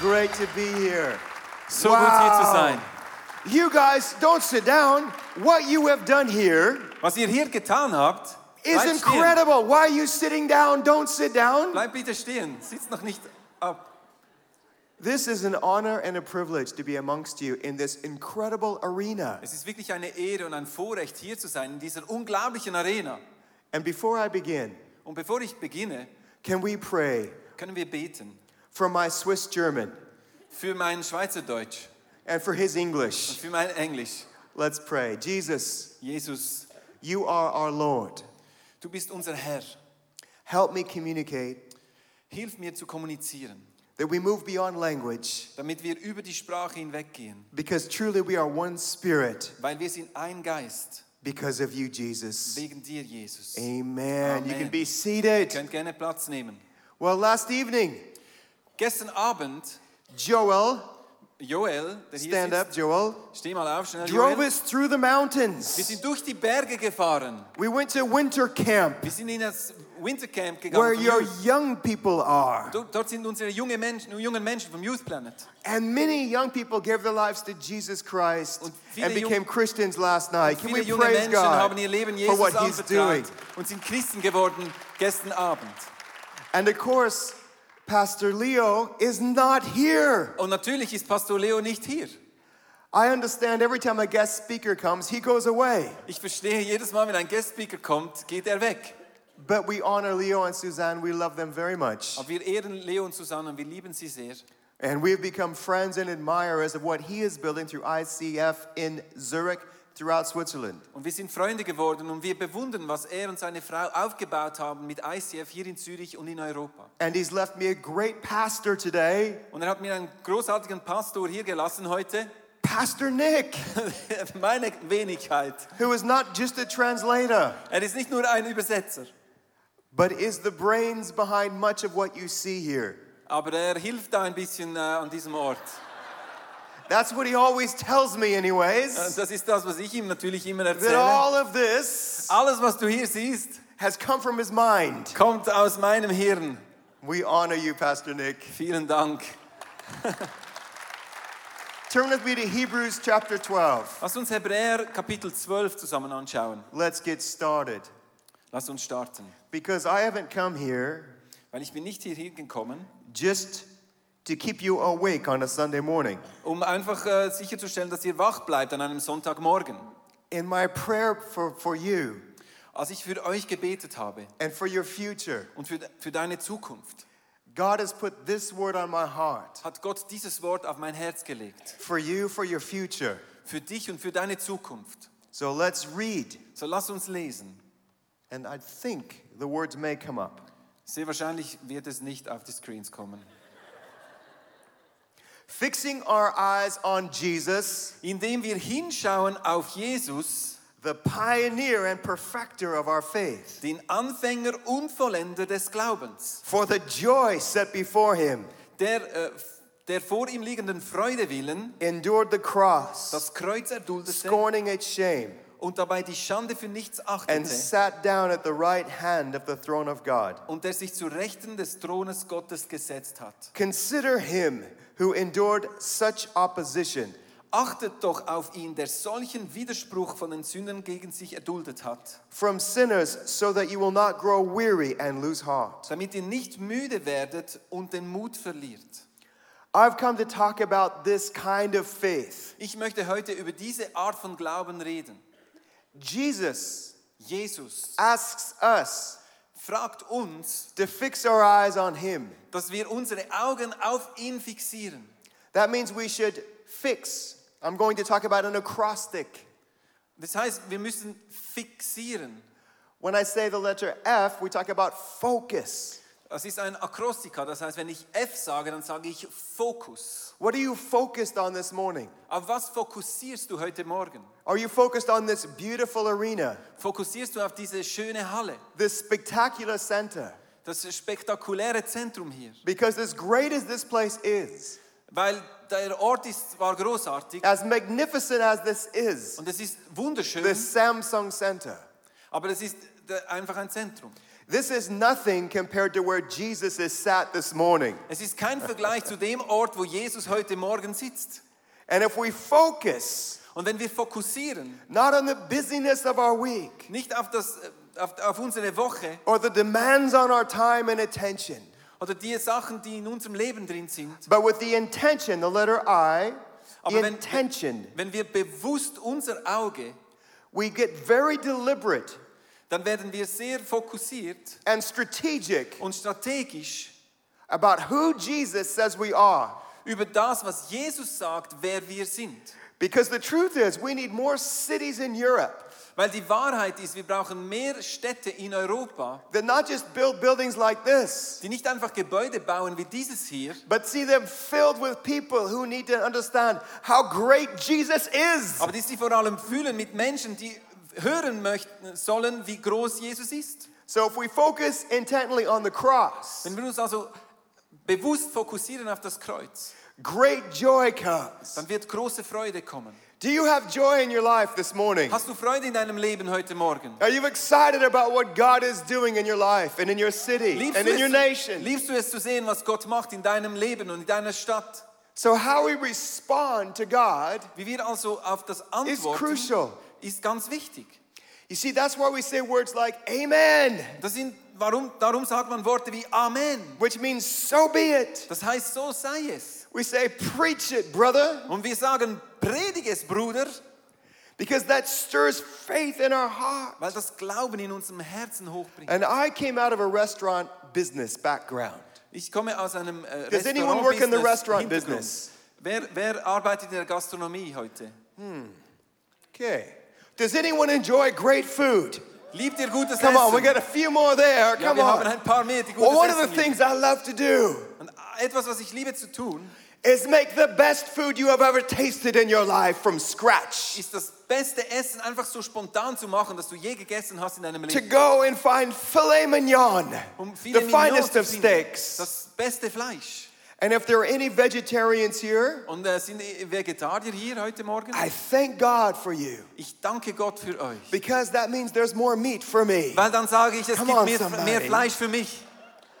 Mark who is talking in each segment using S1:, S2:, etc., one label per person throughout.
S1: great to be here.
S2: So gut hier zu
S1: Wow.
S2: sein.
S1: You guys, don't sit down. What you have done here
S2: Was ihr hier getan habt,
S1: is
S2: bleibt stehen.
S1: incredible. Why are you sitting down? Don't sit down.
S2: Bleibt bitte stehen. Sitzt noch nicht ab.
S1: This is an honor and a privilege to be amongst you in this incredible arena.
S2: Es ist wirklich eine Ehre und ein Vorrecht, hier zu sein, in dieser unglaublichen Arena.
S1: And before I begin,
S2: Und bevor ich beginne,
S1: can we pray
S2: können wir beten.
S1: for my Swiss German
S2: Für mein Schweizerdeutsch
S1: and for his
S2: und
S1: English?
S2: für mein Englisch.
S1: Let's pray. Jesus,
S2: Jesus,
S1: you are our Lord.
S2: du bist unser Herr.
S1: Help me communicate
S2: Hilf mir zu kommunizieren,
S1: that we move beyond language
S2: damit wir über die Sprache hinweggehen,
S1: because truly we are one spirit
S2: weil wir sind ein Geist
S1: because of you, Jesus.
S2: wegen dir, Jesus. Ihr
S1: Amen. You
S2: Amen.
S1: can be seated.
S2: könnt gerne Platz nehmen.
S1: Well, last evening,
S2: Gestern Abend,
S1: Joel,
S2: Joel, der hier
S1: stand
S2: sitzt,
S1: up, Joel,
S2: Steh mal auf, schnell.
S1: drove
S2: Joel.
S1: us through the
S2: Wir
S1: mountains.
S2: sind durch die Berge gefahren.
S1: We went to winter camp
S2: Wir sind in das Wintercamp gegangen.
S1: where
S2: vom
S1: your
S2: Youth.
S1: young people are.
S2: Dort, dort sind unsere junge Menschen, jungen Menschen vom Youth Planet.
S1: And many young people gave their lives to Jesus Christ
S2: Und viele
S1: and became
S2: jung-
S1: Christians last night. Can
S2: Viele
S1: we
S2: junge
S1: praise
S2: Menschen
S1: God
S2: haben ihr Leben
S1: for
S2: Jesus
S1: what He's doing?
S2: anvertraut und sind Christen geworden gestern Abend.
S1: And of course, Pastor Leo is not here.
S2: Und natürlich ist Pastor Leo nicht hier.
S1: I understand every time a guest speaker comes, he goes away.
S2: Ich verstehe, jedes Mal, wenn ein Guest Speaker kommt, geht er weg.
S1: But we honor Leo and Suzanne. We love them very much.
S2: Aber wir ehren Leo und Susanne und wir lieben sie sehr.
S1: And we have become friends and admirers of what he is building through ICF in Zurich throughout Switzerland.
S2: Und wir sind Freunde geworden und wir bewundern, was er und seine Frau aufgebaut haben mit ICF hier in Zürich und in Europa.
S1: And he's left me a great pastor today,
S2: Und er hat mir einen großartigen Pastor hier gelassen heute.
S1: Pastor Nick,
S2: Meine Wenigkeit.
S1: who is not just a translator,
S2: Er ist nicht nur ein Übersetzer,
S1: but is the brains behind much of what you see here.
S2: aber er hilft da ein bisschen äh, an diesem Ort.
S1: That's what he always tells me,
S2: Äh,
S1: anyways.
S2: Das ist das, was ich ihm natürlich immer
S1: That
S2: erzähle.
S1: all of this
S2: Alles, was du hier siehst,
S1: has come from his mind.
S2: kommt aus meinem Hirn.
S1: We honor you, Pastor Nick.
S2: Vielen Dank.
S1: Turn with me to Hebrews chapter 12.
S2: Lass uns Hebräer Kapitel 12 zusammen anschauen.
S1: Let's get started.
S2: Lass uns starten.
S1: Because I haven't come here
S2: Weil ich bin nicht hier hingekommen,
S1: just to keep you awake on a Sunday morning.
S2: um einfach äh, sicherzustellen, dass ihr wach bleibt an einem Sonntagmorgen.
S1: In my prayer for, for you
S2: Als ich für euch gebetet habe
S1: and for your future,
S2: und für, für deine Zukunft,
S1: God has put this word on my heart
S2: hat Gott dieses Wort auf mein Herz gelegt.
S1: for you, for your future.
S2: Für dich und für deine Zukunft.
S1: So let's read,
S2: So lass uns lesen.
S1: and I think the words may come up.
S2: Sehr wahrscheinlich wird es nicht auf die Screens kommen.
S1: Fixing our eyes on Jesus,
S2: Indem wir hinschauen auf Jesus,
S1: the pioneer and perfecter of our faith,
S2: den Anfänger und Vollender des Glaubens,
S1: for the joy set before him,
S2: der, äh, der vor ihm liegenden Freude willen
S1: endured the cross,
S2: das Kreuz erduldete
S1: scorning its shame,
S2: und dabei die Schande für nichts
S1: and
S2: achtete
S1: sat down at the right hand of the throne of God.
S2: und der sich zu Rechten des Thrones Gottes gesetzt hat.
S1: Consider him who endured such opposition,
S2: Achtet doch auf ihn, der solchen Widerspruch von den Sündern gegen sich erduldet hat.
S1: from sinners, so that you will not grow weary and lose heart.
S2: damit ihr nicht müde werdet und den Mut verliert.
S1: I've come to talk about this kind of faith.
S2: Ich möchte heute über diese Art von Glauben reden.
S1: Jesus
S2: Jesus
S1: asks us
S2: fragt uns,
S1: to fix our eyes on him.
S2: dass wir unsere Augen auf ihn fixieren.
S1: That means we should fix. I'm going to talk about an acrostic.
S2: Das heißt, wir müssen fixieren.
S1: When I say the letter F, we talk about focus.
S2: Das ist ein Akrostika, das heißt, wenn ich F sage, dann sage ich Fokus.
S1: What are you focused on this morning?
S2: Auf was fokussierst du heute Morgen?
S1: Are you focused on this beautiful arena,
S2: Fokussierst du auf diese schöne Halle,
S1: this spectacular center?
S2: das spektakuläre Zentrum hier?
S1: Because as great as this place is,
S2: Weil der Ort ist, war großartig
S1: as magnificent as this is,
S2: und es ist wunderschön.
S1: the Samsung Center,
S2: Aber das ist der- äh, einfach ein Zentrum.
S1: This is nothing compared to where Jesus is sat this morning.
S2: Es ist kein Vergleich zu dem Ort, wo Jesus heute Morgen sitzt.
S1: And if we focus
S2: Und wenn wir fokussieren,
S1: not on the busyness of our week
S2: nicht auf, das, äh, auf, auf unsere Woche
S1: or the demands on our time and attention,
S2: oder die Sachen, die in unserem Leben drin sind,
S1: but with the intention, the letter I, the
S2: Aber wenn-
S1: intention,
S2: wenn wir bewusst unser Auge,
S1: we get very deliberate
S2: dann werden wir sehr fokussiert
S1: and strategic
S2: und strategisch
S1: about who Jesus says we are.
S2: über das, was Jesus sagt, wer wir sind.
S1: Because the truth is, we need more cities in Europe
S2: Weil die Wahrheit ist, wir brauchen mehr Städte in Europa,
S1: that not just build buildings like this,
S2: die nicht einfach Gebäude bauen wie dieses hier,
S1: but see them filled with people who need to understand how great Jesus is.
S2: aber die sie vor allem fühlen mit Menschen, die hören möchten sollen, wie groß Jesus ist.
S1: So if we focus intently on the cross,
S2: Wenn wir uns also bewusst fokussieren auf das Kreuz,
S1: great joy comes.
S2: dann wird große Freude kommen.
S1: Do you have joy in your life this morning?
S2: Hast du Freude in deinem Leben heute Morgen?
S1: Are you excited about what God is doing in your life and in your city and in your
S2: es,
S1: nation?
S2: liebst du es zu sehen, was Gott macht in deinem Leben und in deiner Stadt?
S1: So, how we respond to God,
S2: Wie wir also auf das antworten,
S1: crucial.
S2: ist ganz wichtig.
S1: you see, that's why we say words like Amen,
S2: Das sind, warum, darum sagt man Worte wie Amen.
S1: which means so be it.
S2: Das heißt, so sei es.
S1: We say, Preach it, brother,
S2: Und wir sagen, predige es, Bruder,
S1: because that stirs faith in our heart.
S2: weil das Glauben in unserem Herzen hochbringt.
S1: And I came out of a restaurant business background.
S2: Ich komme aus einem äh,
S1: Does anyone work in the
S2: Restaurant-Business-
S1: restaurant
S2: Hintergrund.
S1: business?
S2: Wer, wer arbeitet in der Gastronomie heute?
S1: Okay. Does anyone enjoy great food?
S2: Liebt ihr gutes
S1: Come
S2: Essen?
S1: on, we got a few more there.
S2: ja,
S1: Come
S2: wir haben
S1: on.
S2: ein paar mehr, die gutes
S1: Well, one of the
S2: Essen lieben.
S1: things I love to do
S2: Und etwas, was ich liebe zu tun,
S1: is make the best food you have ever tasted in your life from scratch.
S2: ist das beste Essen einfach so spontan zu machen, das du je gegessen hast in deinem
S1: To
S2: Leben.
S1: go and find filet mignon,
S2: Um viele
S1: the
S2: Mignons
S1: finest
S2: zu
S1: of
S2: finden.
S1: steaks.
S2: Das beste Fleisch.
S1: And if there are any vegetarians here,
S2: Und äh, sind Vegetarier hier heute Morgen?
S1: I thank God for you
S2: Ich danke Gott für euch.
S1: because that means there's more meat for me.
S2: Weil dann sage ich, es
S1: Come
S2: gibt
S1: on,
S2: mehr,
S1: somebody.
S2: mehr Fleisch für mich.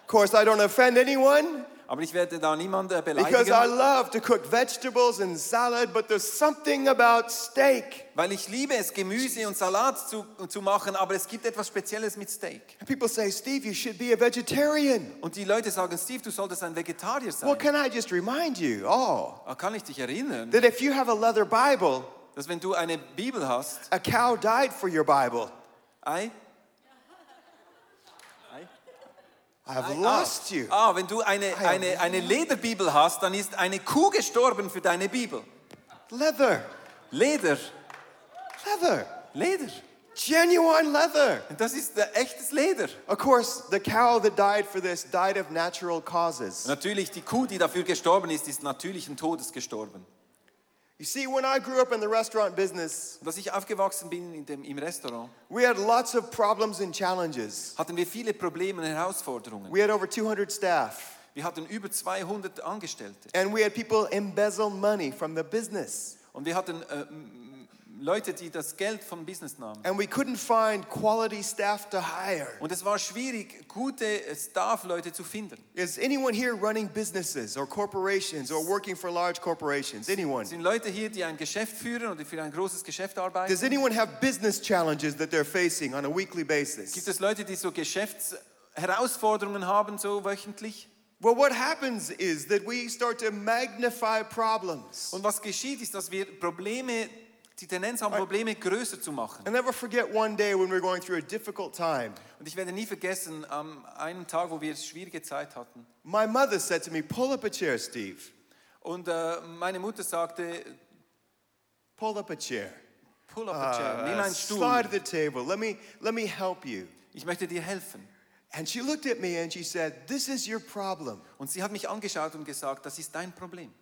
S1: Of course, I don't offend anyone
S2: Aber ich werde da niemanden äh,
S1: because I
S2: beleidigen,
S1: love to cook vegetables and salad, but there's something about steak.
S2: weil ich liebe es, Gemüse und Salat zu, zu machen, aber es gibt etwas Spezielles mit Steak.
S1: And people say, Steve, you should be a vegetarian.
S2: Und die Leute sagen, Steve, du solltest ein Vegetarier
S1: Well,
S2: sein.
S1: can I just remind you all
S2: Ah, Kann ich dich erinnern,
S1: that if you have a leather Bible,
S2: dass wenn du eine Bibel hast,
S1: a cow died for your Bible.
S2: Ei,
S1: I've
S2: oh.
S1: lost you.
S2: Ah, wenn du eine,
S1: Ah, ja.
S2: eine, eine Lederbibel hast, dann ist eine Kuh gestorben für deine Bibel.
S1: Leather,
S2: Leder,
S1: leather,
S2: Leder.
S1: genuine leather.
S2: Und Das ist äh, echtes Leder.
S1: Of course, the cow that died for this died of natural causes.
S2: Natürlich, die Kuh, die dafür gestorben ist, ist natürlichen Todes gestorben.
S1: You see, when I grew up in the restaurant business,
S2: Und Als ich aufgewachsen bin in dem, im Restaurant,
S1: we had lots of problems and challenges.
S2: hatten wir viele Probleme und Herausforderungen.
S1: We had over 200 staff,
S2: Wir hatten über 200 Angestellte
S1: and we had people embezzle money from the business.
S2: und wir hatten äh, m- m- Leute, die das Geld vom Business nahmen.
S1: And we couldn't find quality staff to hire.
S2: Und es war schwierig, gute äh, Staff-Leute zu finden.
S1: Is anyone here running businesses or corporations or working for large corporations? Anyone?
S2: Es sind Leute hier, die ein Geschäft führen oder für ein großes Geschäft arbeiten.
S1: Does anyone have business challenges that they're facing on a weekly
S2: Gibt
S1: basis?
S2: es Leute, die so Geschäftsherausforderungen haben, so wöchentlich?
S1: Well, what happens is that we start to magnify problems.
S2: Und was geschieht, ist, dass wir Probleme, die Tendenz haben, Probleme größer zu machen.
S1: I'll never forget one day when we were going through a difficult time.
S2: Und ich werde nie vergessen, an einem Tag, wo wir schwierige Zeit hatten.
S1: My mother said to me, Pull up a chair, Steve.
S2: Und äh, meine Mutter sagte,
S1: Pull up a chair.
S2: pull up a chair, nimm
S1: Uh,
S2: einen
S1: slide to
S2: Stuhl,
S1: the table. Let me, let me help you.
S2: ich möchte dir helfen.
S1: And she looked at me and she said, This is your problem.
S2: Und sie hat mich angeschaut und gesagt, das ist dein Problem.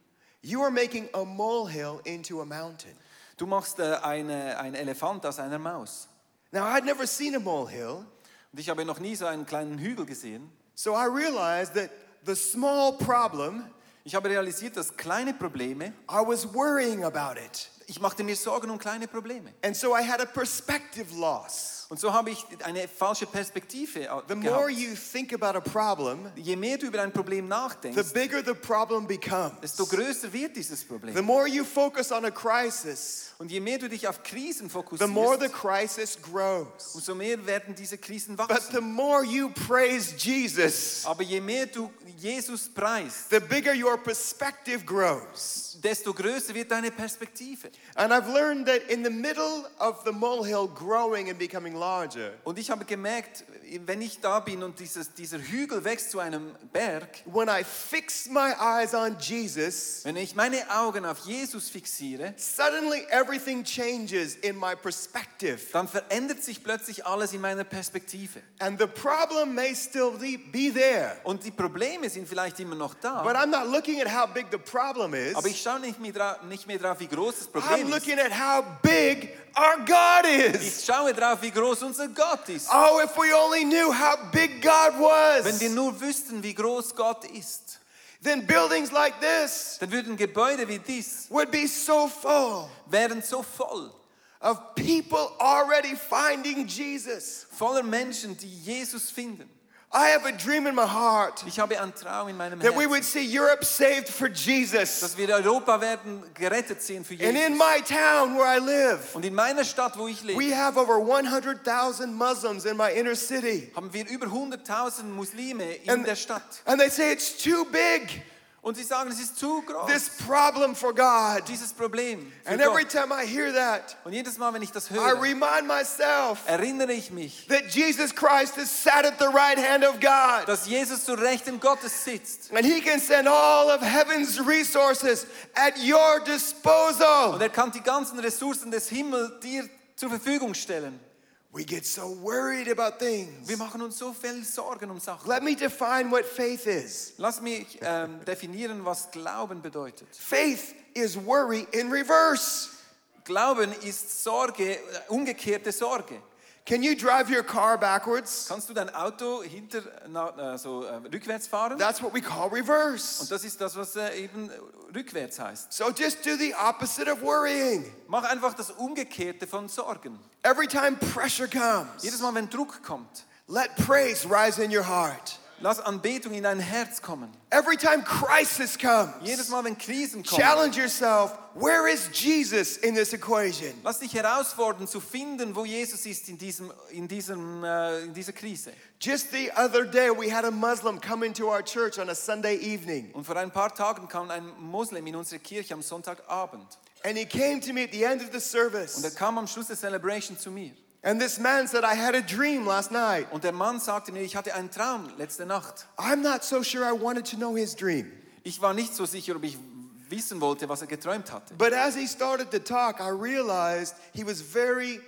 S1: You are making a molehill into a mountain.
S2: Du machst äh, eine, einen Elefant aus einer Maus.
S1: Now, I'd never seen a molehill,
S2: Und ich habe noch nie so einen kleinen Hügel gesehen.
S1: so I realized that the small problem,
S2: Ich habe realisiert, dass kleine Probleme,
S1: I was worrying about it.
S2: ich machte mir Sorgen um kleine Probleme.
S1: And so I had a perspective loss.
S2: Und so habe ich eine falsche Perspektive
S1: The more
S2: gehabt.
S1: you think about a problem,
S2: Je mehr du über ein Problem
S1: the
S2: nachdenkst,
S1: bigger the problem becomes.
S2: desto größer wird dieses
S1: The
S2: Problem.
S1: more you focus on a crisis,
S2: Und je mehr du dich auf Krisen
S1: the more the crisis
S2: fokussierst,
S1: grows.
S2: umso mehr werden diese Krisen
S1: But
S2: wachsen.
S1: the more you praise Jesus,
S2: Aber je mehr du Jesus preist,
S1: the bigger your perspective grows.
S2: desto größer wird deine Perspektive.
S1: And I've learned that in the middle of the molehill growing and becoming larger,
S2: Und ich habe gemerkt, wenn ich da bin und dieses, dieser Hügel wächst zu einem Berg,
S1: when I fix my eyes on Jesus,
S2: wenn ich meine Augen auf Jesus fixiere,
S1: suddenly everything changes in my perspective.
S2: dann verändert sich plötzlich alles in meiner Perspektive.
S1: And the problem may still be- be there,
S2: Und die Probleme sind vielleicht immer noch
S1: but
S2: da,
S1: I'm not looking at how big the problem is.
S2: aber ich schaue nicht mehr, dra nicht mehr drauf, wie groß das
S1: I'm
S2: Problem ist.
S1: looking at how big our God is.
S2: Ich schaue drauf, wie groß unser Gott ist.
S1: Oh, if we only knew how big God
S2: Wenn wir
S1: was,
S2: nur wüssten, wie groß Gott ist,
S1: then buildings like this
S2: dann würden Gebäude wie dies
S1: would be so full
S2: wären so voll,
S1: of people already finding Jesus.
S2: voller Menschen, die Jesus finden.
S1: I have a dream in my heart
S2: Ich habe einen Traum in meinem
S1: that we
S2: Herzen,
S1: would see Europe saved for Jesus.
S2: dass wir Europa werden gerettet sehen für
S1: And in
S2: Jesus.
S1: my town where I live,
S2: Und in meiner Stadt, wo ich lebe,
S1: we have over 100,000 Muslims in my inner city.
S2: haben wir über 100.000 Muslime in
S1: And,
S2: der Stadt.
S1: and they say it's too big,
S2: Und sie sagen, es ist zu groß,
S1: this problem for God.
S2: dieses Problem. Für
S1: And every
S2: Gott.
S1: time I hear that,
S2: Und jedes Mal, wenn ich das
S1: I
S2: höre,
S1: remind myself
S2: erinnere ich mich,
S1: that Jesus Christ is sat at the right hand of God.
S2: dass Jesus zur Rechten Gottes sitzt.
S1: And he can send all of heaven's resources at your disposal.
S2: Und er kann die ganzen Ressourcen des Himmels dir zur Verfügung stellen.
S1: We get so worried about things.
S2: Wir machen uns so viel Sorgen um Sachen.
S1: Let me define what faith is.
S2: Lass mich ähm, definieren, was Glauben bedeutet.
S1: Faith is worry in reverse.
S2: Glauben ist Sorge, äh, umgekehrte Sorge.
S1: Can you drive your car backwards?
S2: Kannst du dein Auto hinter, na, äh, so, äh, rückwärts fahren?
S1: That's what we call
S2: Und
S1: reverse.
S2: das ist das, was äh, eben rückwärts heißt.
S1: So just do the opposite of worrying.
S2: Mach einfach das Umgekehrte von Sorgen.
S1: Every time pressure
S2: Jedes
S1: comes,
S2: Mal, wenn Druck kommt,
S1: let praise rise in your heart.
S2: lass Anbetung in dein Herz kommen.
S1: Every time crisis comes,
S2: Jedes Mal, wenn Krisen kommen,
S1: challenge yourself where is Jesus in this equation?
S2: lass dich herausfordern zu finden, wo Jesus ist in, diesem, in, diesem, äh, in dieser Krise.
S1: Just the other day, we had a Muslim come into our church on a Sunday evening,
S2: Und vor ein paar Tagen kam ein Moslem in unsere Kirche am Sonntagabend.
S1: and he came to me at the end of the
S2: Und er
S1: service.
S2: kam am Schluss der Celebration zu mir.
S1: And this man said, I had a dream last night.
S2: Und der Mann sagte mir, ich hatte einen Traum letzte Nacht.
S1: I'm not so sure I wanted to know his dream.
S2: Ich war nicht so sicher, ob ich wissen wollte, was er geträumt hatte.
S1: But as he started to talk, I realized he was very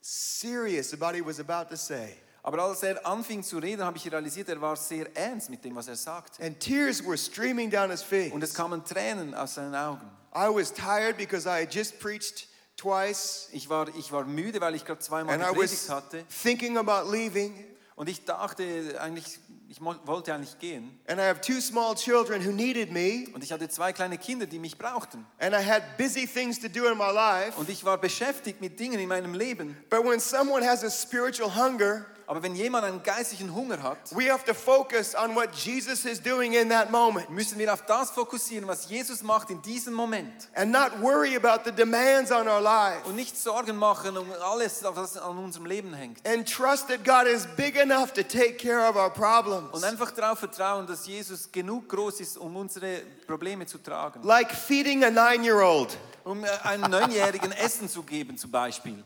S1: serious about what he was about to say.
S2: Aber als er anfing zu reden, habe ich realisiert, er war sehr ernst mit dem, was er sagte.
S1: And tears were streaming down his face.
S2: Und es kamen Tränen aus seinen Augen.
S1: I was tired because I had just preached twice,
S2: Ich war, ich war müde, weil ich gerade zweimal
S1: and I
S2: gepredigt
S1: was
S2: hatte.
S1: thinking about leaving.
S2: Und ich dachte eigentlich, ich mo- wollte eigentlich gehen.
S1: And I have two small children who needed me,
S2: Und ich hatte zwei kleine Kinder, die mich brauchten.
S1: and I had busy things to do in my life.
S2: Und ich war beschäftigt mit Dingen in meinem Leben.
S1: But when someone has a spiritual hunger,
S2: Aber wenn jemand einen geistlichen Hunger hat,
S1: we have to focus on what Jesus is doing in that moment
S2: müssen wir auf das fokussieren, was Jesus macht in diesem Moment.
S1: and not worry about the demands on our life
S2: Und nicht Sorgen machen um alles, was an unserem Leben hängt.
S1: and trust that God is big enough to take care of our problems.
S2: Und einfach darauf vertrauen, dass Jesus genug groß ist, um unsere Probleme zu tragen.
S1: Like feeding a nine year old.
S2: Um äh, einem Neunjährigen Essen zu geben, zum Beispiel.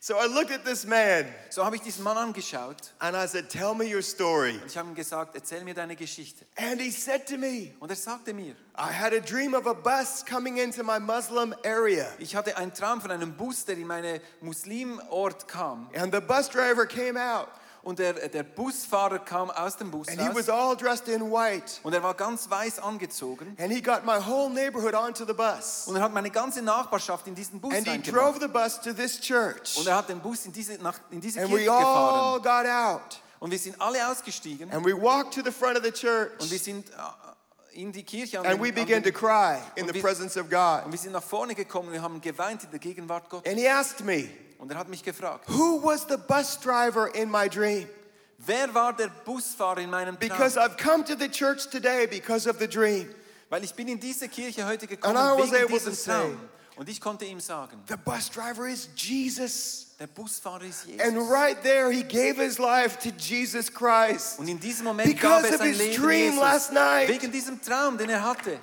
S1: So I looked at this man
S2: So habe ich diesen Mann angeschaut
S1: and I said, Tell me your story.
S2: und ich habe ihm gesagt, erzähl mir deine Geschichte.
S1: And he said to me,
S2: Und er sagte mir,
S1: I had a dream of a bus coming into my Muslim area.
S2: ich hatte einen Traum von einem Bus, der in meinen Muslimort kam.
S1: And the bus driver came out
S2: Und der, der Busfahrer kam aus dem Bus
S1: and he was
S2: raus.
S1: all dressed in white.
S2: Und er war ganz weiß angezogen.
S1: And he got my whole neighborhood onto the bus.
S2: Und er hat meine ganze Nachbarschaft in diesen Bus
S1: And he
S2: reingebracht.
S1: drove the bus to this church.
S2: Und er hat den Bus in diese, nach, in diese
S1: And
S2: Kirche
S1: we all
S2: gefahren.
S1: got out.
S2: Und wir sind alle ausgestiegen.
S1: And we walked to the front of the church.
S2: Und wir sind äh, in die Kirche an
S1: And
S2: den-
S1: we
S2: an
S1: began to
S2: den,
S1: cry in
S2: Und
S1: the
S2: wir-
S1: presence of
S2: und
S1: God.
S2: wir sind nach vorne gekommen, wir haben geweint in der Gegenwart Gottes.
S1: And he asked me,
S2: Und er hat mich gefragt,
S1: Who was the bus driver in my dream?
S2: wer war der Busfahrer in meinem Traum?
S1: Because I've come to the church today because of the dream.
S2: Weil ich bin in diese Kirche heute gekommen
S1: And I was
S2: wegen
S1: able to
S2: diesem
S1: say-
S2: Traum. Und ich konnte ihm sagen,
S1: The bus driver is Jesus.
S2: der Busfahrer ist Jesus.
S1: And right there, he gave his life to Jesus Christ.
S2: und in diesem Moment
S1: Because
S2: gab es
S1: of
S2: ein
S1: his
S2: Leben
S1: dream
S2: Jesus,
S1: last night.
S2: wegen diesem Traum, den er hatte.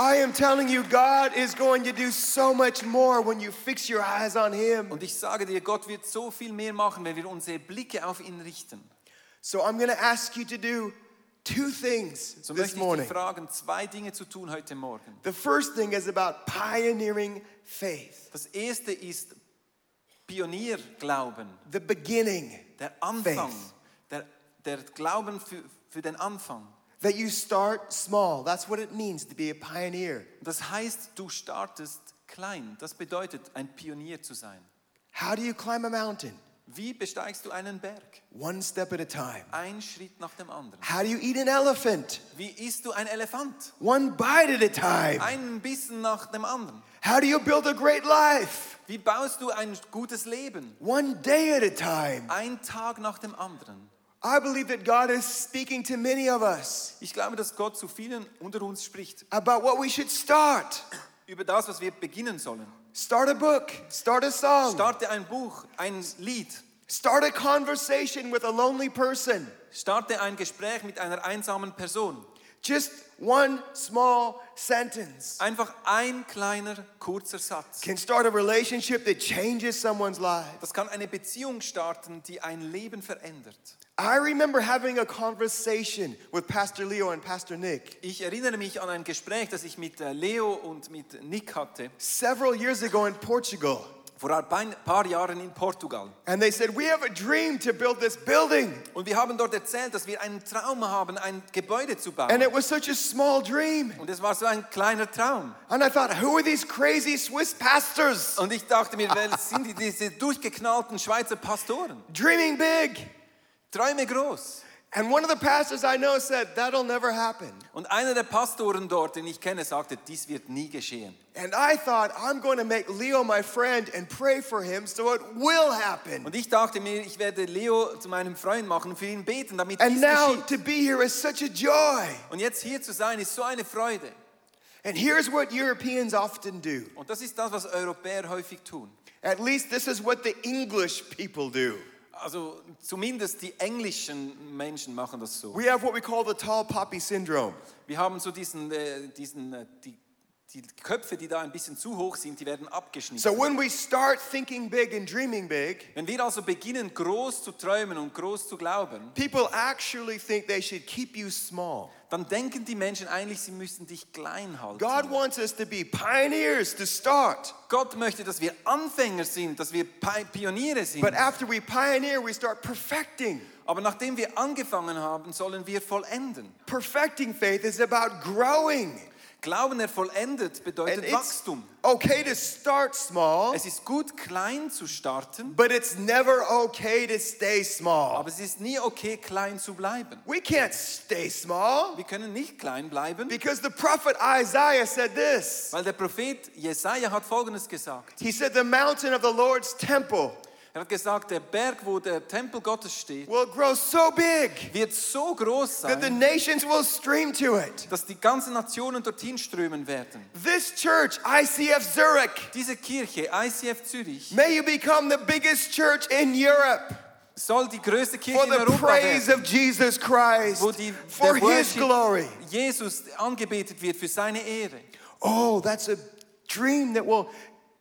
S1: I am telling you, God is going to do so much more when you fix your eyes on him.
S2: Und ich sage dir, Gott wird so viel mehr machen, wenn wir unsere Blicke auf ihn richten.
S1: So I'm going to ask you to do two things
S2: So
S1: this
S2: möchte ich dich
S1: morning.
S2: fragen, zwei Dinge zu tun heute Morgen.
S1: The first thing is about pioneering faith,
S2: Das erste ist Pionierglauben,
S1: the beginning
S2: der Anfang,
S1: Faith.
S2: der, der Glauben für, für den Anfang.
S1: that you start small. That's what it means to be a pioneer.
S2: Und Das heißt, du startest klein. Das bedeutet, ein Pionier zu sein.
S1: How do you climb a mountain?
S2: Wie besteigst du einen Berg?
S1: One step at a time.
S2: Ein Schritt nach dem anderen.
S1: How do you eat an elephant?
S2: Wie isst du ein Elefant?
S1: One bite at a time.
S2: Ein Bissen nach dem anderen.
S1: How do you build a great life?
S2: Wie baust du ein gutes Leben?
S1: One day at a time.
S2: Ein Tag nach dem anderen.
S1: I believe that God is speaking to many of us
S2: Ich glaube, dass Gott zu vielen unter uns spricht
S1: about what we should start.
S2: über das, was wir beginnen sollen.
S1: Start a book, start a song,
S2: Starte ein Buch, ein Lied.
S1: start a conversation with a lonely person.
S2: Starte ein Gespräch mit einer einsamen Person.
S1: Just one small sentence
S2: Einfach ein kleiner, kurzer Satz.
S1: can start a relationship that changes someone's life.
S2: Das kann eine Beziehung starten, die ein Leben verändert.
S1: I remember having a conversation with Pastor Leo and Pastor Nick
S2: Ich erinnere mich an ein Gespräch, das ich mit äh, Leo und mit Nick hatte,
S1: several years ago in Portugal.
S2: vor ein paar Jahren in Portugal.
S1: And they said, We have a dream to build this building.
S2: Und wir haben dort erzählt, dass wir einen Traum haben, ein Gebäude zu
S1: And it
S2: bauen.
S1: was such a small dream.
S2: Und es war so ein kleiner Traum.
S1: And I thought, Who are these crazy Swiss pastors
S2: Und ich dachte mir, wer sind die, diese durchgeknallten Schweizer Pastoren?
S1: dreaming big?
S2: Träume groß.
S1: And one of the pastors I know said, That'll never happen.
S2: Und einer der Pastoren dort, den ich kenne, sagte, dies wird nie geschehen.
S1: And I thought, I'm going to make Leo my friend and pray for him so it will happen.
S2: Und ich dachte mir, ich werde Leo zu meinem Freund machen, für ihn beten, damit dies
S1: And now
S2: geschieht.
S1: to be here is such a joy.
S2: Und jetzt hier zu sein, ist so eine Freude.
S1: And here's what Europeans often do.
S2: Und das ist das, was Europäer häufig tun.
S1: At least this is what the English people do.
S2: Also zumindest die englischen Menschen machen das so.
S1: We have what we call the tall poppy syndrome.
S2: Wir haben so diesen, äh, diesen äh, die, die Köpfe, die da ein bisschen zu hoch sind, die werden abgeschnitten.
S1: So when we start thinking big and dreaming big,
S2: Wenn wir also beginnen, groß zu träumen und groß zu glauben,
S1: people actually think they should keep you small.
S2: dann denken die Menschen eigentlich, sie müssen dich klein halten.
S1: God wants us to be pioneers to start.
S2: Gott möchte, dass wir Anfänger sind, dass wir Pi- Pioniere sind.
S1: But after we pioneer, we start perfecting.
S2: Aber nachdem wir angefangen haben, sollen wir vollenden.
S1: Perfecting faith is about growing.
S2: Glauben, er vollendet,
S1: And
S2: bedeutet
S1: it's
S2: Wachstum.
S1: okay to start small,
S2: Es ist gut, klein zu starten,
S1: but it's never okay to stay small.
S2: aber es ist nie okay, klein zu bleiben.
S1: We can't stay small
S2: Wir können nicht klein bleiben,
S1: because the prophet Isaiah said this.
S2: weil der Prophet Jesaja hat Folgendes gesagt.
S1: He said, The mountain of the Lord's temple
S2: Er hat gesagt, der Berg, wo der Tempel Gottes steht,
S1: will grow so big
S2: wird so groß
S1: that the
S2: sein,
S1: nations will stream to it.
S2: dass die ganzen Nationen dorthin strömen werden.
S1: This church, ICF Zurich,
S2: Diese Kirche, ICF Zürich,
S1: may you become the biggest church in Europe
S2: soll die größte Kirche
S1: for
S2: in
S1: the
S2: Europa
S1: praise
S2: werden,
S1: of Jesus Christ,
S2: wo die,
S1: for
S2: der
S1: his glory.
S2: Worship Jesus angebetet wird für seine Ehre.
S1: Oh, that's a dream that will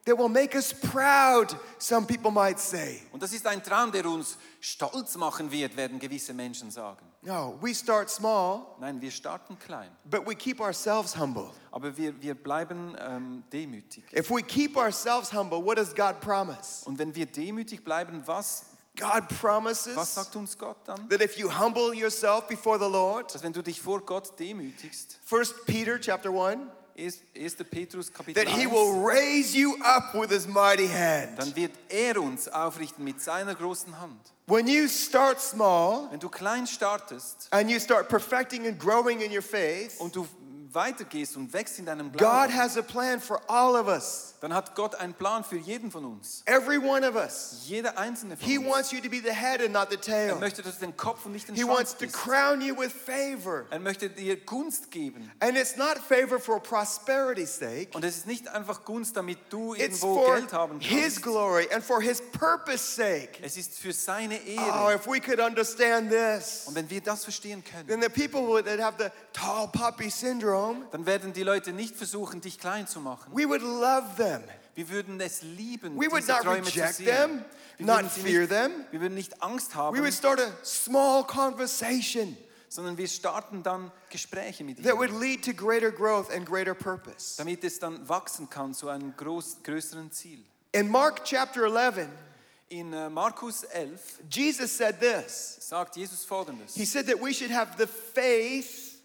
S1: that will make us proud, some people might say.
S2: Und das ist ein Traum, der uns stolz machen wird, werden gewisse Menschen sagen.
S1: No, we start small,
S2: Nein, wir starten klein,
S1: but we keep ourselves humble.
S2: aber wir, wir bleiben ähm, demütig.
S1: If we keep ourselves humble, what does God promise?
S2: Und wenn wir demütig bleiben, was,
S1: God
S2: was
S1: promises
S2: sagt uns Gott dann?
S1: that if you humble yourself before the Lord,
S2: Dass wenn du dich vor Gott demütigst,
S1: 1 Peter chapter 1,
S2: Erst- 1. Petrus Kapitel
S1: that he
S2: 1.
S1: will raise you up with his mighty hand.
S2: Dann wird er uns aufrichten mit seiner großen Hand.
S1: When you start small
S2: Wenn du klein startest
S1: and you start perfecting and growing in your faith,
S2: und du weitergehst und wächst in deinem
S1: God
S2: Glauben,
S1: has a plan for all of us,
S2: dann hat Gott einen Plan für jeden von uns.
S1: every one of us.
S2: Jeder einzelne von
S1: He
S2: uns.
S1: wants you to be the head and not the
S2: Er
S1: tail.
S2: möchte, dass du den Kopf und nicht den
S1: He
S2: Schwanz
S1: wants to
S2: bist.
S1: crown you with favor.
S2: Er möchte dir Gunst geben.
S1: And it's not favor for prosperity's sake.
S2: Und es ist nicht einfach Gunst, damit du
S1: It's
S2: irgendwo
S1: for
S2: Geld haben
S1: his
S2: kannst.
S1: glory and for his purpose sake.
S2: Es ist für seine
S1: Oh,
S2: Ehre.
S1: if we could understand this.
S2: Und wenn wir das verstehen können,
S1: Then the people that have the tall poppy syndrome,
S2: dann werden die Leute nicht versuchen, dich klein zu machen.
S1: we would love them.
S2: Wir würden es lieben,
S1: We would
S2: diese
S1: not
S2: Träume zu
S1: reject
S2: sehen.
S1: them,
S2: Wir
S1: not
S2: würden, sie
S1: fear
S2: nicht,
S1: them.
S2: wir würden nicht Angst haben,
S1: We would start a small conversation
S2: sondern wir starten dann Gespräche mit
S1: that would
S2: ihnen,
S1: lead to greater growth and greater purpose.
S2: damit es dann wachsen kann zu einem groß, größeren Ziel.
S1: In Mark chapter 11,
S2: In äh, Markus 11
S1: Jesus said this
S2: sagt Jesus Folgendes.
S1: He said that we should have the faith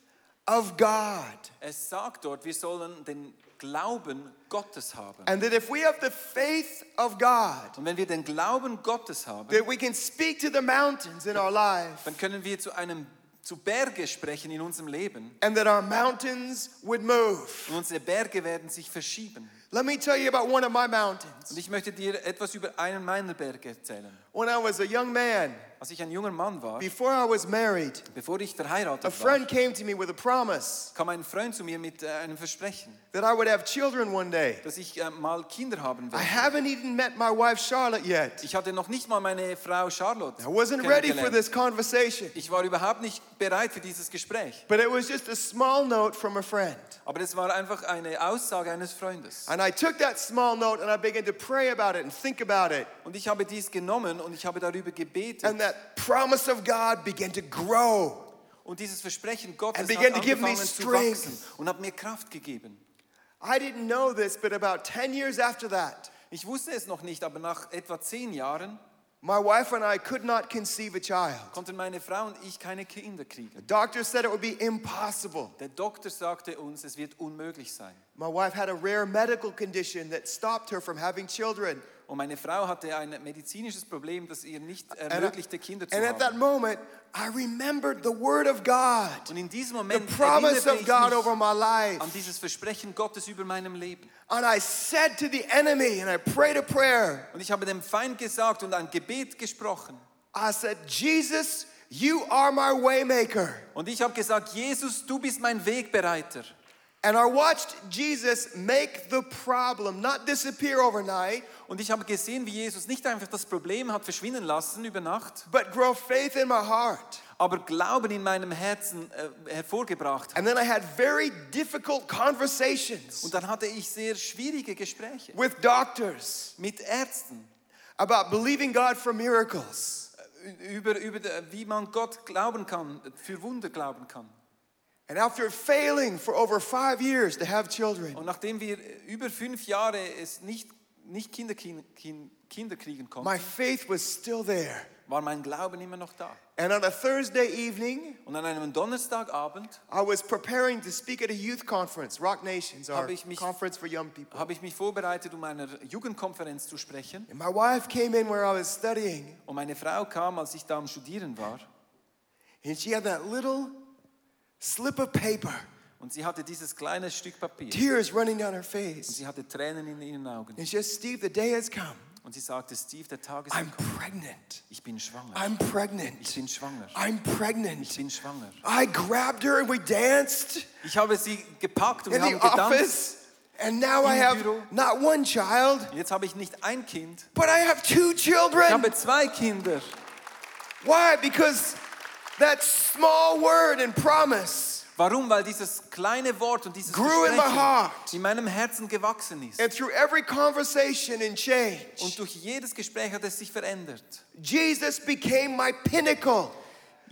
S1: of God.
S2: Es sagt dort, wir sollen den Glauben Gottes haben.
S1: And that if we have the faith of God,
S2: Und wenn wir den Glauben Gottes haben,
S1: that we can speak to the mountains in our life
S2: dann können wir zu einem zu Berge sprechen in unserem Leben
S1: and that our mountains would move.
S2: und unsere Berge werden sich verschieben.
S1: Let me tell you about one of my
S2: Und
S1: mountains.
S2: ich möchte dir etwas über einen meiner Berge erzählen.
S1: When I was a young man,
S2: Als ich ein junger Mann war,
S1: before I was married,
S2: bevor ich
S1: a
S2: verheiratet war,
S1: friend came to me with a promise
S2: kam ein Freund zu mir mit äh, einem Versprechen,
S1: that I would have children one day.
S2: dass ich äh, mal Kinder haben
S1: I
S2: werde.
S1: haven't even met my wife Charlotte yet.
S2: Ich hatte noch nicht mal meine Frau Charlotte.
S1: I wasn't ready for
S2: kennengelernt.
S1: this conversation,
S2: Ich war überhaupt nicht bereit für dieses Gespräch.
S1: but it was just a small note from a friend.
S2: Aber das war einfach eine Aussage eines Freundes.
S1: And I took that small note and I began to pray about it and think about it.
S2: Und ich habe dies genommen und ich habe darüber
S1: And
S2: gebetet.
S1: that promise of God began to grow.
S2: Und dieses Versprechen Gottes
S1: And
S2: hat
S1: began to give me
S2: angefangen zu
S1: strength.
S2: wachsen und hat mir Kraft gegeben.
S1: I didn't know this, but about 10 years after that,
S2: Ich wusste es noch nicht, aber nach etwa zehn Jahren
S1: my wife and I could not conceive a child.
S2: konnten meine Frau und ich keine Kinder kriegen.
S1: Doctors said it would be impossible.
S2: Der Doktor sagte uns, es wird unmöglich sein.
S1: My wife had a rare medical condition that stopped her from having children.
S2: Und meine Frau hatte ein medizinisches Problem, das ihr nicht
S1: And,
S2: ermöglichte, Kinder zu
S1: and at that
S2: haben.
S1: moment, I remembered the word of God,
S2: Und in diesem
S1: the
S2: Moment
S1: promise
S2: erinnerte
S1: of
S2: ich
S1: God over
S2: mich
S1: my
S2: an
S1: life.
S2: dieses Versprechen Gottes über meinem Leben.
S1: And I said to the enemy, and I prayed a prayer.
S2: Und ich habe dem Feind gesagt und ein Gebet gesprochen.
S1: I said, Jesus, you are my waymaker.
S2: Und ich habe gesagt, Jesus, du bist mein Wegbereiter.
S1: And I watched Jesus make the problem not disappear overnight,
S2: Und ich habe gesehen, wie Jesus nicht einfach das Problem hat verschwinden lassen über Nacht,
S1: but grow faith in my heart.
S2: aber Glauben in meinem Herzen äh, hervorgebracht hat.
S1: And then I had very difficult conversations
S2: Und dann hatte ich sehr schwierige Gespräche
S1: with doctors
S2: mit Ärzten
S1: about believing God for miracles.
S2: äh, über, über äh, wie man Gott glauben kann, für Wunder glauben kann.
S1: And after failing for over five years to have children,
S2: Und nachdem wir äh, über fünf Jahre es nicht, nicht Kinder, kin- kin- Kinder kriegen
S1: my
S2: konnten,
S1: faith was still there.
S2: war mein Glauben immer noch da.
S1: And on a Thursday evening,
S2: Und an einem Donnerstagabend
S1: I was preparing to speak at a youth conference, Rock Nations, our
S2: Habe ich mich-
S1: conference for young people.
S2: habe ich mich vorbereitet, um einer Jugendkonferenz zu sprechen.
S1: And my wife came in where I was studying,
S2: Und meine Frau kam, als ich da am Studieren war,
S1: and she had that little slip of paper,
S2: und sie hatte dieses kleine Stück Papier.
S1: tears running down her face.
S2: Sie hatte Tränen in ihren Augen.
S1: And she said, Steve, the day has come.
S2: Und sie sagte, Steve, der Tag ist
S1: I'm
S2: gekommen.
S1: pregnant.
S2: Ich bin schwanger.
S1: I'm
S2: Ich
S1: pregnant.
S2: bin schwanger.
S1: I'm
S2: Ich
S1: pregnant.
S2: bin schwanger.
S1: I grabbed her and we danced
S2: Ich habe sie gepackt und
S1: in
S2: wir
S1: the
S2: haben getanzt.
S1: office. And now I
S2: Im
S1: have
S2: Büro.
S1: not one child,
S2: Jetzt habe ich nicht ein Kind,
S1: but I have two
S2: ich
S1: children.
S2: habe zwei Kinder.
S1: Why? Because that small word and promise.
S2: Warum? Weil dieses kleine Wort und dieses
S1: Grew in my heart.
S2: Versprechen in meinem Herzen gewachsen ist.
S1: And through every conversation and
S2: Und
S1: change,
S2: durch jedes Gespräch hat es sich verändert.
S1: Jesus became my pinnacle,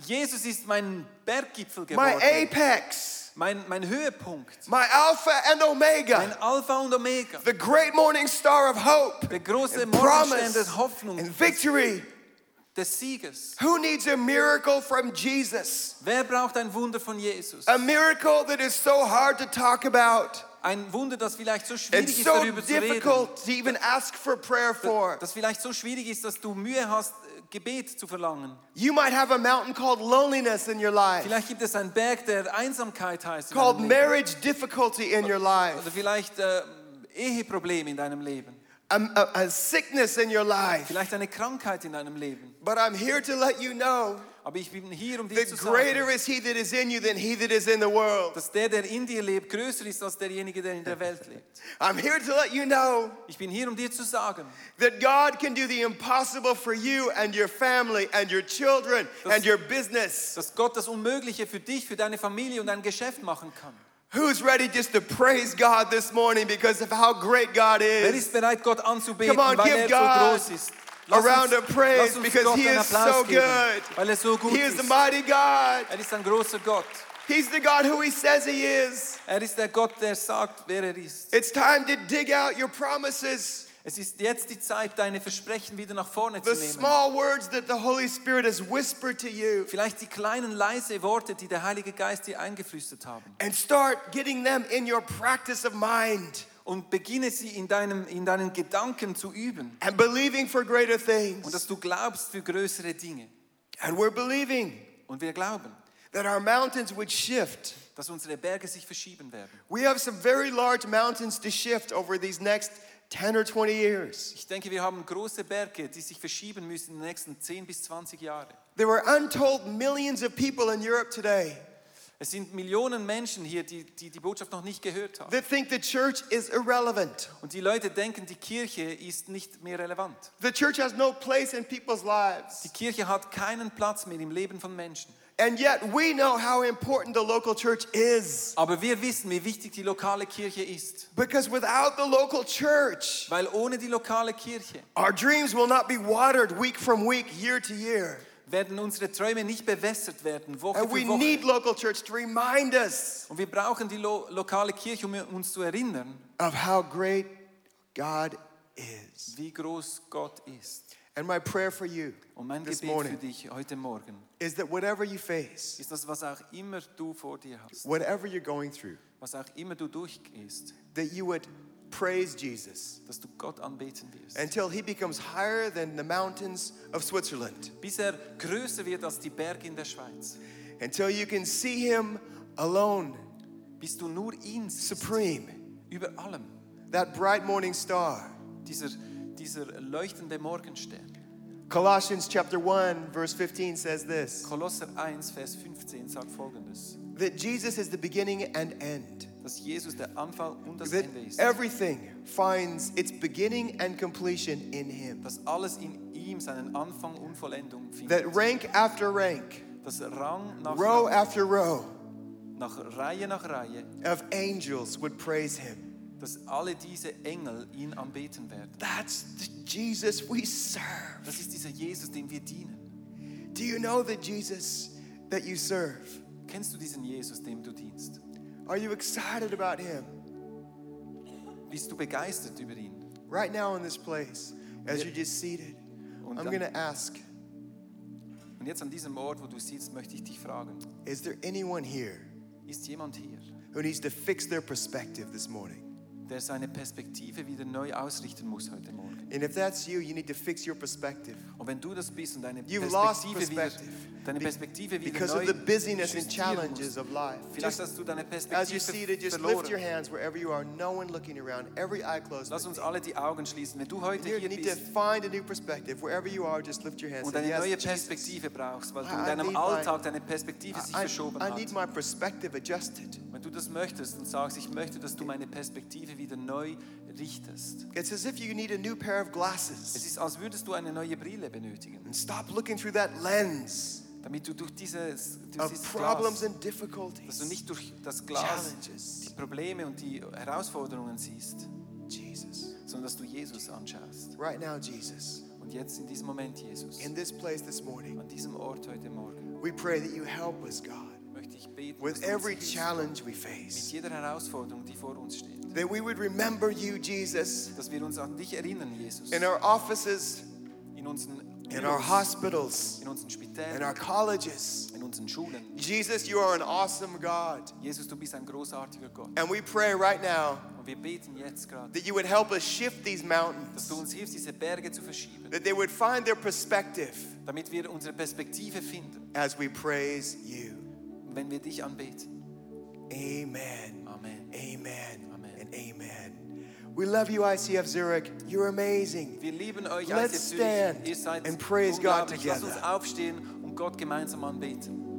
S2: Jesus ist mein Berggipfel
S1: my
S2: geworden.
S1: apex,
S2: Mein, mein Höhepunkt.
S1: my alpha and
S2: Mein
S1: omega,
S2: Alpha und Omega.
S1: the great morning star of hope,
S2: Der große
S1: and
S2: Morgenstern der
S1: promise,
S2: Hoffnung,
S1: and victory.
S2: des Sieges.
S1: Who needs a miracle from Jesus? Uh,
S2: Wer braucht ein Wunder von Jesus?
S1: A miracle that is so hard to talk about,
S2: Ein Wunder, das vielleicht so
S1: and
S2: schwierig ist,
S1: so
S2: darüber zu reden.
S1: difficult to even ask for prayer for.
S2: Das vielleicht so schwierig ist, dass du Mühe hast, äh, Gebet zu verlangen.
S1: You might have a mountain called loneliness in your life,
S2: Vielleicht gibt es einen Berg, der Einsamkeit heißt. in
S1: called
S2: deinem Leben.
S1: marriage difficulty in your life,
S2: Oder vielleicht äh, Eheprobleme in deinem Leben.
S1: a, um, a- a sickness in your life.
S2: Vielleicht eine Krankheit in deinem Leben.
S1: But I'm here to let you know
S2: Aber ich bin hier, um dir
S1: that
S2: zu sagen,
S1: greater is He that is in you than He that is in the world.
S2: dass der, der in dir lebt, größer ist als derjenige, der in der Welt lebt.
S1: I'm here to let you know
S2: Ich bin hier, um dir zu sagen,
S1: that God can do the impossible for you and your family and your children and your business.
S2: dass Gott das Unmögliche für dich, für deine Familie und dein Geschäft machen kann.
S1: Who's ready just to praise God this morning because of how great God
S2: Wer
S1: is?
S2: ist bereit, Gott anzubeten,
S1: Come on,
S2: weil
S1: give
S2: er
S1: God
S2: so groß ist?
S1: a round of praise
S2: lass uns
S1: because
S2: Gott
S1: he
S2: einen
S1: is
S2: Applaus
S1: so
S2: geben,
S1: good.
S2: Weil er so gut
S1: He is the
S2: ist.
S1: mighty God.
S2: Er ist ein großer Gott.
S1: He's the God who He says He is.
S2: Er ist der Gott, der sagt, wer er ist.
S1: It's time to dig out your promises,
S2: Es ist jetzt die Zeit, deine Versprechen wieder nach vorne zu
S1: the
S2: nehmen.
S1: small words that the Holy Spirit has whispered to you,
S2: Vielleicht die kleinen leise Worte, die der Heilige Geist dir eingeflüstert haben.
S1: and start getting them in your practice of mind
S2: Und beginne sie in, deinem, in deinen Gedanken zu üben.
S1: and believing for greater
S2: Und
S1: things.
S2: dass du glaubst für größere Dinge.
S1: And we're believing
S2: Und wir glauben,
S1: that our mountains would shift.
S2: dass unsere Berge sich verschieben werden.
S1: We have some very large mountains to shift over these next 10 or 20 years.
S2: Ich denke, wir haben große Berge, die sich verschieben müssen in den nächsten 10 bis 20 Jahren.
S1: There were untold millions of people in Europe today
S2: Es sind Millionen Menschen hier, die die, die Botschaft noch nicht gehört haben.
S1: that think the church is irrelevant.
S2: Und die Leute denken, die Kirche ist nicht mehr relevant.
S1: The church has no place in people's lives.
S2: Die Kirche hat keinen Platz mehr im Leben von Menschen.
S1: And yet we know how important the local church is.
S2: Aber wir wissen, wie wichtig die lokale Kirche ist.
S1: Because without the local church,
S2: Weil ohne die lokale Kirche
S1: our dreams will not be watered week from week, year to year.
S2: werden unsere Träume nicht bewässert werden, Woche
S1: And we
S2: für Woche.
S1: need local church to remind us
S2: Und wir brauchen die lo lokale Kirche, um uns zu erinnern,
S1: of how great God is.
S2: wie groß Gott ist.
S1: And my prayer for you
S2: Und mein
S1: this
S2: Gebet für
S1: morning
S2: dich heute Morgen
S1: is that whatever you face,
S2: ist das, was auch immer du vor dir hast,
S1: whatever you're going through,
S2: was auch immer du durchgehst,
S1: that you would praise Jesus
S2: dass du Gott anbeten wirst.
S1: until he becomes higher than the mountains of Switzerland,
S2: Bis er größer wird als die Berge in der Schweiz.
S1: until you can see him alone,
S2: Bis du nur ihn siehst,
S1: supreme,
S2: über allem.
S1: that bright morning star.
S2: Dieser, dieser leuchtende Morgenstern.
S1: Colossians chapter 1 verse 15 says this,
S2: Kolosser 1, Vers 15 sagt folgendes:
S1: that Jesus is the beginning and end.
S2: Dass Jesus der Anfang und das
S1: That
S2: Ende ist.
S1: everything finds its beginning and completion in him.
S2: Dass alles in ihm seinen Anfang und Vollendung findet.
S1: That rank after rank,
S2: Dass Rang nach,
S1: row
S2: Rang,
S1: after row
S2: nach Reihe nach Reihe,
S1: of angels would praise him.
S2: dass alle diese Engel ihn anbeten werden.
S1: That's the Jesus we serve.
S2: Das ist dieser Jesus, dem wir dienen.
S1: Do you know the Jesus that you serve?
S2: Kennst du diesen Jesus, dem du dienst?
S1: Are you excited about him?
S2: Bist du begeistert über ihn?
S1: Right now in this place, as you're just seated,
S2: Und
S1: I'm
S2: dann-
S1: going to ask
S2: Und jetzt an diesem Ort, wo du sitzt, möchte ich dich fragen,
S1: Is there anyone here
S2: ist jemand hier,
S1: who needs to fix their perspective this morning?
S2: der seine Perspektive wieder neu ausrichten muss heute Morgen?
S1: And if that's you, you need to fix your perspective
S2: Und wenn du das bist und deine
S1: You've lost
S2: Perspektive wieder,
S1: perspective
S2: deine
S1: be-
S2: Perspektive wieder
S1: because of
S2: neu
S1: the busyness and
S2: justieren
S1: challenges
S2: musst,
S1: of life.
S2: vielleicht
S1: Just
S2: hast du deine
S1: as you're
S2: Perspektive
S1: seated, just lift your
S2: verloren.
S1: hands wherever you are, no one looking around, every eye closed.
S2: Lass uns alle die Augen schließen. Wenn du heute
S1: You
S2: hier
S1: need to
S2: bist
S1: find a new perspective. Wherever you are, just lift your hands.
S2: und
S1: Say,
S2: eine
S1: "Yes,
S2: neue
S1: Jesus,
S2: Perspektive brauchst, weil du
S1: I-
S2: in
S1: I need
S2: deinem
S1: my-
S2: Alltag deine Perspektive sich
S1: I,
S2: verschoben
S1: I
S2: hat.
S1: need my perspective adjusted.
S2: Wenn du das möchtest und sagst, ich möchte, dass du meine Perspektive wieder neu richtest.
S1: It's as if you need a new pair of
S2: Es
S1: glasses.
S2: ist, als würdest du eine neue Brille benötigen,
S1: And stop looking through that lens
S2: damit du durch dieses, durch
S1: of
S2: dieses
S1: problems
S2: Glas,
S1: and
S2: dass du
S1: difficulties.
S2: nicht durch das Glas die
S1: Challenges.
S2: Probleme und die Herausforderungen siehst,
S1: Jesus.
S2: sondern dass du Jesus anschaust.
S1: Right now, Jesus,
S2: Und jetzt in diesem Moment, Jesus,
S1: in this place this morning,
S2: an diesem Ort heute Morgen,
S1: we pray that you help us, God,
S2: möchte ich beten, dass
S1: with
S2: du uns
S1: every
S2: hilfst,
S1: challenge we
S2: mit
S1: face.
S2: jeder Herausforderung, die vor uns steht,
S1: That we would remember you, Jesus,
S2: dass wir uns an dich erinnern, Jesus,
S1: in our offices,
S2: in unseren
S1: in our
S2: Büros,
S1: hospitals,
S2: in unseren
S1: in
S2: Spitälern,
S1: our colleges,
S2: in unseren Schulen.
S1: Jesus, you are an awesome God.
S2: Jesus, du bist ein großartiger Gott.
S1: And we pray right now
S2: Und wir beten jetzt gerade,
S1: that you would help us shift these
S2: dass du
S1: mountains,
S2: uns hilfst, diese Berge zu verschieben,
S1: that they would find their perspective
S2: damit wir unsere Perspektive finden,
S1: as we praise you.
S2: wenn wir dich anbeten.
S1: Amen. Amen.
S2: Amen. Amen.
S1: And amen. We love you, ICF Zurich. You're amazing.
S2: Wir lieben euch
S1: Let's
S2: ICF
S1: stand
S2: Zürich. Ihr seid
S1: and praise God
S2: unglaublich. Lasst uns
S1: together.
S2: aufstehen und Gott gemeinsam anbeten.